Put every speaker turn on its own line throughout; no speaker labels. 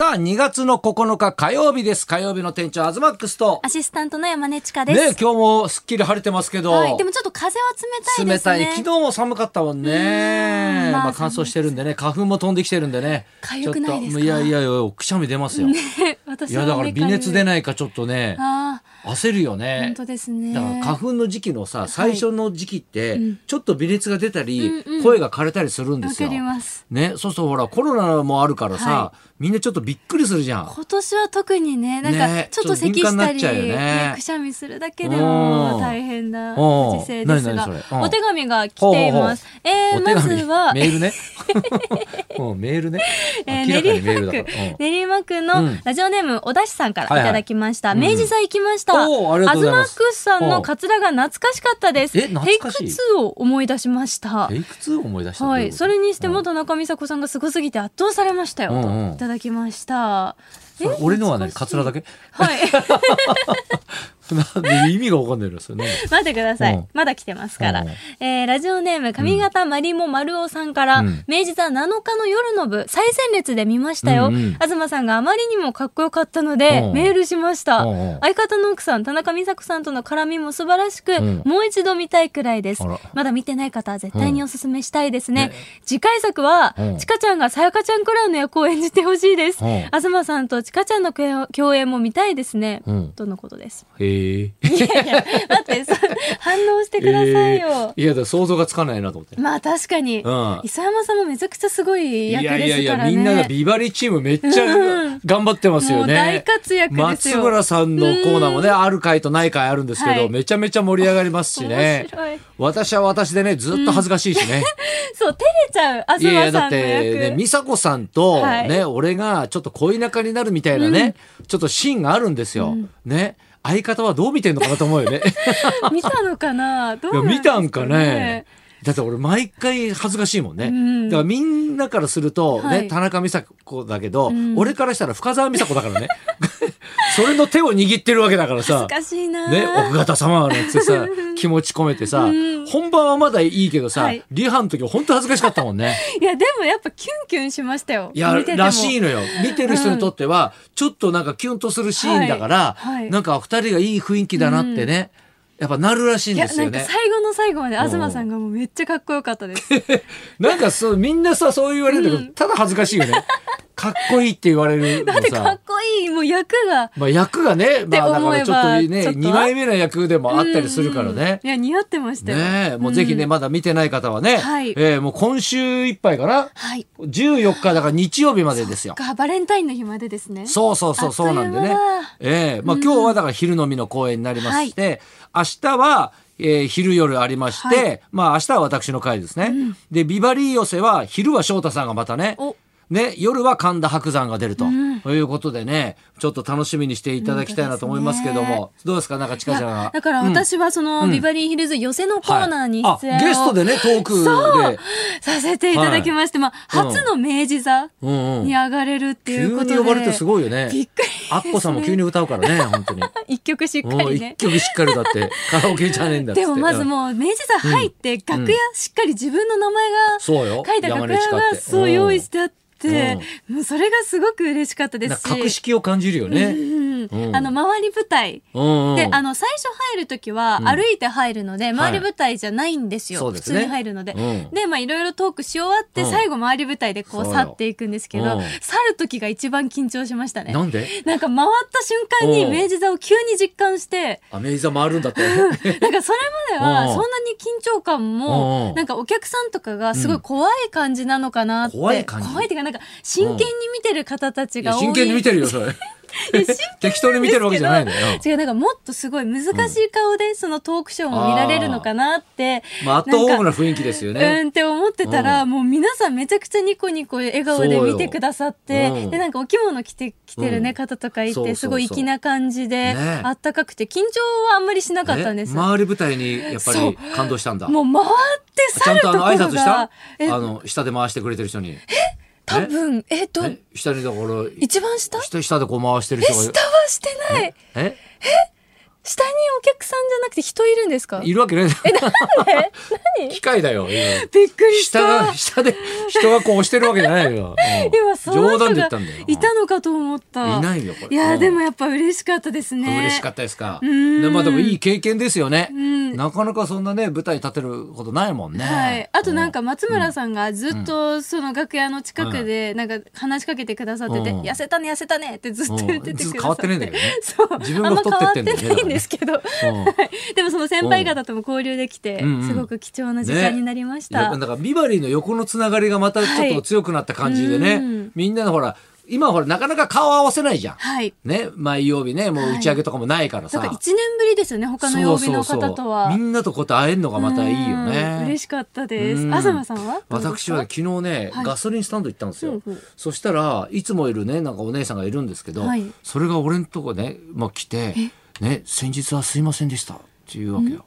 さあ、2月の9日火曜日です。火曜日の店長、アズマックスと。
アシスタントの山根千佳で
ね
す。、
今日もすっきり晴れてますけど。
はい、でもちょっと風は冷たい
冷
です
た
ね。
い。昨日も寒かったもんね。
うん
ま
ま
あ
あ
乾燥してるんでね、花粉も飛んできてるんでね。
痒くないですか
ちょっといやいやいや、くしゃみ出ますよ。
私
いや、だから微熱出
ね。
ないかちょっとね、
あ
焦るよ
あ、
ね
本。当ですね。
だから花粉の時期のさ、最初の時期って
うん、
ちょっと微熱が出たり、
うんうん
声が枯れたりするんで
わ
す
か
よ。
ります。
ね、そうするとほら、コロナもあるからさ、
は
みんなちょっとびっくりするじゃん。
今年は特にね、なんか
ね
ちょっと咳
ち
したり、
ょっと敏感になっちゃうよね
ねくしゃみするだけでも
うん
大変な
うん
時勢です
何々
が
それうん
お手紙が来ています。え
お
ー、
手
ま
紙、
ずは、
メール ね。うん、メールね。
えー
明らかにメー
練
ルだか
馬区
ら。うん、
練馬区
う
の
ん
ラジオネームおだしさんから
はいはい
いただきました、
うん
明治座行きました、
おーありがとうございます
東区さんのカツラが懐かしかったです
え懐かしい
テイク2を思い出しました
えいくつ思い出したど
は
うう
い、
こと
それにしても田中美佐子さんがすごすぎて圧倒されましたよ、
うんうん
といただきました
それ俺のはね、カツラだ
け
け。
はい
なんで意味がわかんないのそれなん で
待ってください、
うん
まだ来てますから、
うん
えーラジオネーム上方まりも丸尾さんから、
うん
明治座7日の夜の部最前列で見ましたよ、
うんうん
東さんがあまりにもかっこよかったので、
うん
メールしました、
うんうん
相方の奥さん田中美佐子さんとの絡みも素晴らしく、
うん
もう一度見たいくらいです
あら
まだ見てない方は絶対におすすめしたいですね,、
うんね
次回作は、
うん
ちかちゃんがさやかちゃんくらいの役を演じてほしいです、
うん
東さんとちかちゃんの共共演も見たいですね、
うん
とのことです
へえ。
いやいや、待って、そ反応してください
え
よ。
ーいや、だから想像がつかないなと思って。
まあ確かに、
うん。
磯山さんもめちゃくちゃすごい
い
役
やいや
で
い
すか
や、
らね。
みんながビバリーチームめっち
う
ゃ
ん
頑張ってます
も
よ
う
ね。
大活躍です
松
よ。
村さんのコーナーもね、ある回とない回あるんですけ
は
ど、
い
めちゃめちゃ盛り上がりますしね
面。白い。
私は私でね、ずっと恥ずかしいしね。
そう、照れちゃう、
いやいや、
東
だ
さ
っ
んの役。
てね、美佐子さんと
はい
ね、俺がちょっと恋仲になるみたいなね、ちょっとシーンがあるんですよ。ね。相方はどう見てんのかなと思うよ ね。
見たのかなど
い
うな
や
んです
見たんか
か
ね
ね。。
だって俺毎回恥ずかしいもんね。
うん
だからみんなからするとね、
はい
田中美佐子だけど、
うん
俺からしたら深澤美佐子だからね。 それの手を握ってるわけだから
恥
さ
ず。かしいな、
ね、奥方様なんてさ、気持ち込めてさ、
うん
本番はまだいいけどさ、
はい
リハの時本当恥ずかしかったもんね。
いや、でもやっぱキュンキュンしましたよ。
いや
見てても
らしいのよ見てる人にとっては、ちょっとなんかキュンとするシーンだから、
はいはい
なんか二人がいい雰囲気だなってね、やっぱなるらしいん
い
で
や、
す
な
よ
んか
ね。
最後の最後まで
うん
東さんがもうめっちゃかっこよかった です。
なんかそうみんなさそう言われるんだけど、
うん
ただ恥ずかしいよね。かっこいいって言われる
だっ
の
てか
さ
っ。こいい、もう役が。
まあ役がね、まあだからちょっと
って思えばち
ね、
ょっと
二枚目の役でもあったりするから
うんう
ね
ん。いや、似合ってましたよ。
ねえ、もうぜひね、
ん
まだ見てない方はね、
はい
えーもう今週いっぱいかな
はい。
?14 日だから日曜日までですよ。
がバレンタインの日までですね。
そうそうそうそうなんでね
あっという間だ。
ええまあ今日はだから昼のみの公演になりまして、明日は、えー昼夜ありまして、
は
まあ明日は私の回ですね。で、ビバリー寄せは昼は翔太さんがまたね
お、
ね、夜は神田伯山が出ると、
うん
いうことでね、ちょっと楽しみにしていただきたいなと思いますけど
本当
も、どうですかなんか近
い
々
や
が。
だから私はその、
うん
ビバリーヒルズ寄せのコーナーに
はい
出演を、
あ、ゲストでね、トーク
そう
で。
させていただきまして、まあ、
うん
初の明治座
うんうん
に上がれるっていう
急
ことで、
に呼ばれてすごいよね。
びっくり
アッコさんも急に歌うからね、本当に。
一曲しっか
もう
り
一
ね。
曲しっかりだ って、カラオケじゃねえんだっつって。
でもまずもう明治座入って、楽屋しっかり自分の名前が
そうよ。
書いた
山
楽
根千
屋
佳っ
が
て
そう用意してあって、もうそれがすごく嬉しかった
うん
で
なん
す
か
し。
格式を感じるよね。
うん
うん
あの周り舞台
うんうん。
であの最初入る時は
うん
歩いて入るので、
はい
周り舞台じゃないんですよ、
そうで
普
すね
通に入るので、
うん
でまあいろいろトークし終わって、
うん
最後周り舞台でこう
そうよ
去っていくんですけど、
うん
去る時が一番緊張しましたね
なんで
なんか回った瞬間に
うん
明治座を急に実感して
アメイザ回るんだって。
なんかそれまでは
うん
そんなに緊張感
う
も
ん
なんかお客さんとかがすごい怖い感じなのかなって、
うん怖い感じ
怖いっていうかなんか真剣に見てる方たち
い
が
や
多い
真剣に見てるよ、それ。
いや真剣なんですけど
適当に見てるわけじゃないのよ。
違うなんかもっとすごい難しい顔でそのトークショーも見られるのかなって、
まあ、アットホームな雰囲気ですよ
う
ね。
んって思ってたら、もう皆さんめちゃくちゃニコニコ笑顔で見てくださって、
そうようん
でなんかお着物着てきてるね、
うん
方とかい
そうそうそう
てすごい粋な感じで、
ね
あったかくて緊張はあんまりしなかったんです。
ね回り舞台にやっぱ
そ
り
う
感動したんだ。
もう回って
ち
去
ゃん
る
と
と
あ
ころ
の挨
が
拶したあ
え
の、下で回してくれてる人に。
多分えっと
え下にだから、
一番下
下下でこう回してる人が。
下はしてない
え
下にお客さんじゃなくて人いるんですか
いるわけないじゃん
え 何
機械だよ。今
びっくりし
下が、
た
下で、人がこう押してるわけじゃない よ。うん
今その
冗談で
人
言っ
が
たんだよ。
いたのかと思った
いないよ、これ。
いや
う
ー
ん
でもやっぱ嬉しかったですね
嬉しかったですか。
うん
でまあでもいい経験ですよね
う。ん
なかなかそんなね、舞台立てることないもんね。
はい、あとなんか松村さんがずっとその楽屋の近くでなんか話しかけてくださってて
うん
「痩せたね痩せたね」ってずっ
う
と
ん、
言ってて
ずっ
く
と
だ
変
さ
わ
っ
ってねえんだよね。自
てそう
分が太ってってんだよね
あんま変わってないんですけど、
うん
はい でもその先輩方とも交流できて、
うんうん
すごく貴重な時間になりまし、
やったぱだからビバリーの横のつながりがまたちょっと強くなった感じでね、
はいうん
みんなのほら今ほらなかなか顔合わせないじゃん。
はい
ね毎曜日ねもう打ち上げとかもないからさ、
だから1年ぶりですよね他の曜日の方とは
みんなとこうやって会えるのがまたいいよ
うん
ね
嬉。しかったです
うん
東さんはどうです
私
か
は昨日ね、
はい
ガソリンスタンド行ったんですよ、
うんうん
そしたらいつもいるねなんかお姉さんがいるんですけど、
はい
それが俺んとこね、まあ、来て「ね先日はすいませんでした」っていうわけよ。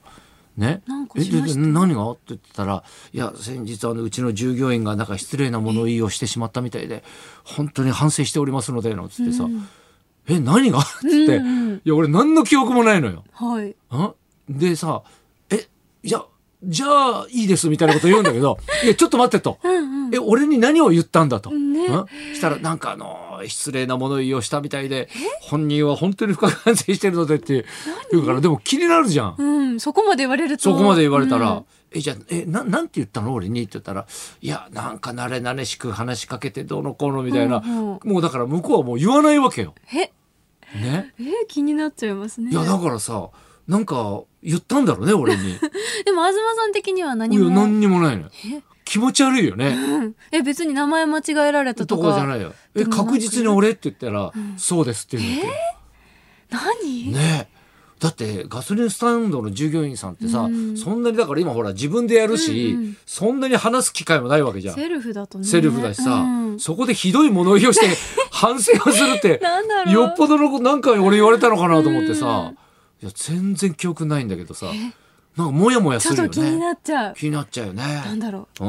ね
なん、か
え
しました
でで何がって言ったら「いや先日あのうちの従業員がなんか失礼な物言いをしてしまったみたいで本当に反省しておりますので」なんつってさ「え何が?」っつって、
うんうん
いや俺何の記憶もないのよ。
はい
んでさ「えいやじゃあいいです」みたいなこと言うんだけ ど「いやちょっと待って」と
うん
「
うん
え俺に何を言ったんだ」と。
ね
んしたらなんかあの失礼な物言いをしたみたいで本人は本当に深く反省してるのでって言うからでも気になるじゃん。
うん、そこまで言われると
そこまで言われたら、
うん
え、じゃあ、え、ななんて言ったの俺にって言ったら、いや、なんか慣れ慣れしく話しかけてどうのこうのみたいな、
うんうん
もうだから向こうはもう言わないわけよ。
え
ね。
えー気になっちゃいますね
いや、だからさ、なんか言ったんだろうね、俺に。
でも東さん的には何
いや
も
何にもないのよ気持ち悪いよね
うんえ別に名前間違えられたと
と
か
こじゃないよえ
でもなんか
確実に俺って言ったら、そうですって言うんだけ
何、
どねえだってガソリンスタンドの従業員さんってさ、
うん
そんなにだから今ほら自分でやるし、
うんうん
そんなに話す機会もないわけじゃん
セルフだとね
セルフだしさ、
うん
そこでひどい物言いをして 反省をするって
なんだろう
よっぽどのことなんか俺言われたのかなと思ってさ、いや全然記憶ないんだけどさなんかモヤモヤ
ち
す
ょっ
るよ
と
ね
気になっちゃう
気になっちゃうよね
なんだろ
うん、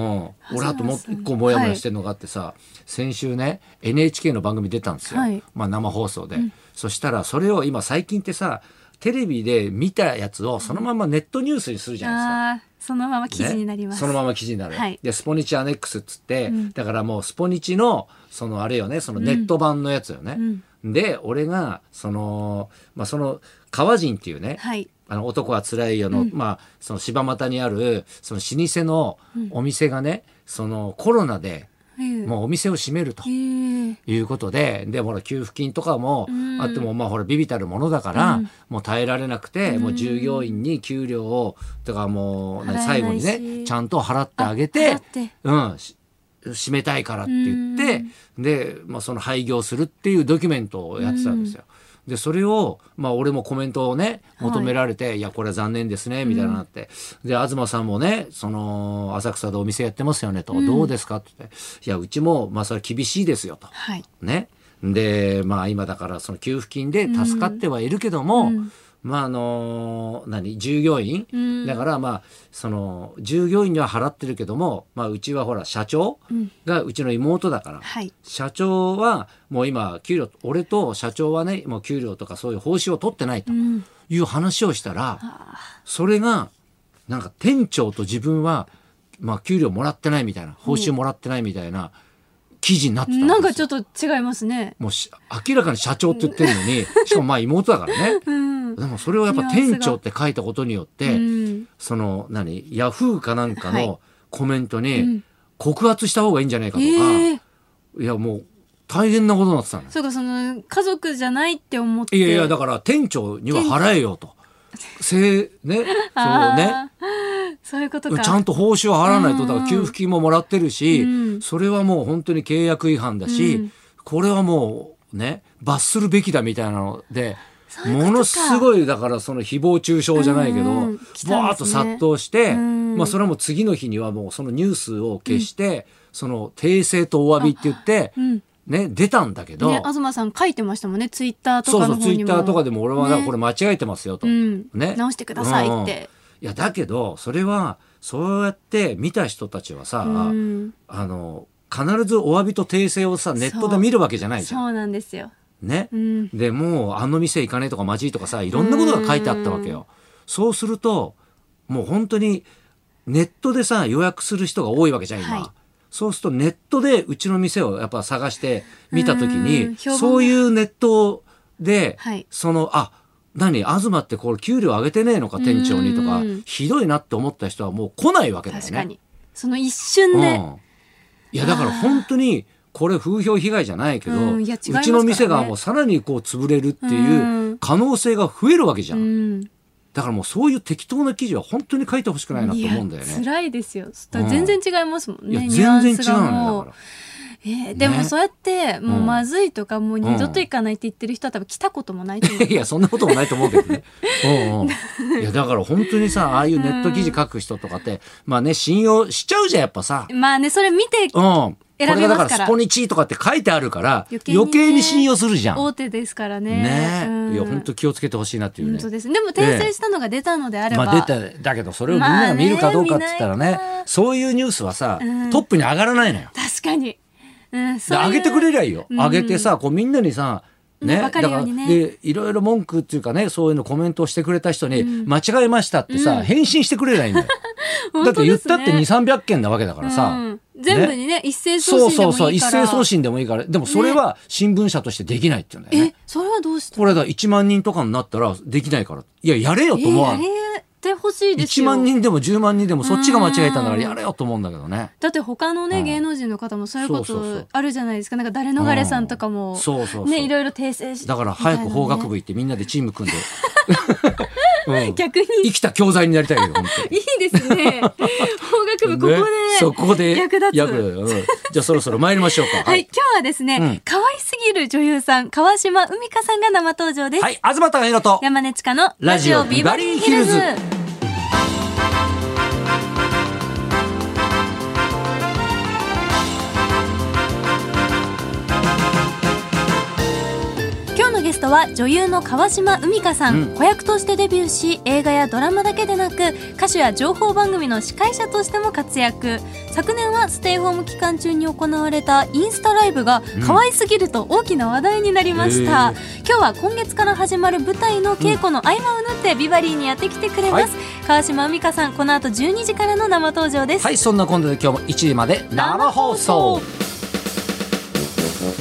俺
そう
あともう
そう
一個モヤモヤしてるのがあってさ、先週ね NHK の番組出たんですよ、
はい
まあ、生放送で、そしたらそれを今最近ってさテレビで見たやつをそのままネットニュースにする
う
じゃないですか。
あーそのまま記事になりま
ね
す、
そのまま記事になる、
はい
でスポニチアネックスっつって、
ん
だからもうスポニチのそのあれよねそのネット版のやつよね、で俺がその,、まあ、その川人っていうね、
はい
あの男はつらいよの、まあその柴又にあるその老舗のお店がね、そのコロナでもうお店を閉めると
えー
いうことで、でほら給付金とかも
ん
あっても、まあほらビビたるものだから、もう耐えられなくて、もう従業員に給料をだからもう
払えないし
最後にねちゃんと払ってあげ
あ
て
払って
うんし閉めたいからって言ってで、まあ、その廃業するっていうドキュメントをやってたんですよ。でそれを、まあ、俺もコメントをね求められて、い、やこれは残念ですねみたいなのになって、で東さんもねその浅草でお店やってますよねと、どうですかって言っていやうちも、まあ、それは厳しいですよと、
はい
ね。で、まあ今だからその給付金で助かってはいるけども、まああの、何、従業員、だからまあ、その、従業員には払ってるけども、まあうちはほら、社長がうちの妹だから、
はい
社長はもう今、給料、俺と社長はね、もう給料とかそういう報酬を取ってないという話をしたら、それが、なんか店長と自分は、まあ給料もらってないみたいな、報酬もらってないみたいな記事になってたんですよ
なんかちょっと違いますね
もうし明らかに社長って言ってるの に、しかもまあ妹だからね。
うん
でもそれをやっぱ店長って書いたことによって、
うん
その何ヤフーかなんか
はい
のコメントに告発した方がいいんじゃないかとか、
ええ
いやもう大変なことになってたのよ。
そうかその家族じゃないって思って
いやいやだから店長には払えよ と。せね、そうね。
あーそういうことか
ちゃんと報酬を払わないと、
うん
だから給付金ももらってるし、
うん
それはもう本当に契約違反だし、
うん
これはもうね、罰するべきだみたいなので、
ういうこと
も
か
のすごいだからその誹謗中傷じゃないけど、バ
うんうん来たん
ー
ですね
っと殺到して、
うん
まあそれはもう次の日にはもうそのニュースを消して、その訂正とお詫びって言って、
うん
ね、出たんだけど、
ね、東さん書いてましたもんねツイッターと
そう
か
そう、
の方
ツイ
に
ッ
も
ターとかでも俺はなんか
ね
これ間違えてますよと。
うん
ね、
直してくださいって
うんうんいやだけどそれはそうやって見た人たちはさ、
うん
あの必ずお詫びと訂正をさネットで見るわけじゃないじゃん。
そうなんですよ
ね、
うん
でもうあの店行かねえとかマジとかさいろんなことが書いてあったわけよ。そうするともう本当にネットでさ予約する人が多いわけじゃん今。
はい
そうするとネットでうちの店をやっぱ探して見た時
うん
に
評判が
そういうネットで、
はい
そのあ何東ってこれ給料上げてねえのか店長にとか
うん
ひどいなって思った人はもう来ないわけだよね。
確かにその一瞬
う
で
ん、いやだから本当にこれ風評被害じゃないけど、
う
うん
いや違いますからね
ちの店がもうさらにこう潰れるっていううん可能性が増えるわけじゃ、
うんん
だからもうそういう適当な記事は本当に書いてほしくないなと
い
思うんだよね。
辛いですよだ
うん
全然違いますもん
いや
ね、ニュアン
全
ス
然違
が
うのよ
も
だ
う
から
えーでも
ね
そうやってもううんまずいとか、もう二度
うん
と行かないって言ってる人は多分来たこともないと思う
いやそんなこともないと思うけ どね。うんうん、いやだから本当にさああいうネット記事書く人とかって、まあね信用しちゃうじゃんやっぱ さ。
まあねそれ見て
うん、これ
選べますか
が
ら
だからスポニチとかって書いてあるから
余
余
計
計,、
にね
に信用するじゃん。
大手ですからね
ねえ、
うん
いや本当気をつけてほしいなっていうね。
本当ですねでも訂正したのが出たのであれば、
まあ、出ただけどそれをみん
まあ
なが
ね
見るかどうかって言ったらね,、
見ないか
そういうニュースはさ、
うん
トップに上がらないのよ。
確かに、うん、
で
そういう
上げてくれりゃいいよ、
うん
上げてさこうみんなにさね、
うんわかるようにね
でいろいろ文句っていうかねそういうのコメントをしてくれた人に「間違えました」ってさ、返信してくれりゃいいんだよ、だ
本
って
当
言
で
っ
す
た
ね
って2 3 0 0件なわけだからさ、
うん全部にね一斉
そう
送信で
そ
も
うそう
いいから
一斉送信でもいいからでもそれは新聞社としてできないっていうんだよね
えそれはどうして
これだ1万人とかになったらできないからいややれよと思わ
え
ん、
ーやれてほしいです
1
よ
万人でも10万人でもそっちが間違えたんだから
うん
やれよと思うんだけどね。
だって他のね、
うん
芸能人の方もそういうこ
そうそうそう
とあるじゃないですかなんか誰逃れさんとかも、
うんそうそうそう
ねいろいろ訂正し
だから早く法学部
み
行ってみんなでチーム 組んで、うん
たいなね逆に
生きた教材になりたいよ本
いいです ね法
当
学
に
部ここで、
ねそうここで
役立つ
役立つうんじゃあそろそろ参りましょうか
はい、今日はですね、
うん
可愛すぎる女優さん川島海香さんが生登場です、
はい東貴博と
山根千佳の
ラジオビバリーヒルズ
今日のゲストは女優の川島海香さん、
うん
子役としてデビューし映画やドラマだけでなく歌手や情報番組の司会者としても活躍昨年はステイホーム期間中に行われたインスタライブが可愛すぎると大きな話題になりました、
へえ
今日は今月から始まる舞台の稽古の合間を縫ってビバリーにやってきてくれます、川島海香さんこの後12時からの生登場です、
はいそんな今度で今日も1時まで生放送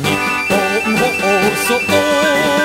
日本放送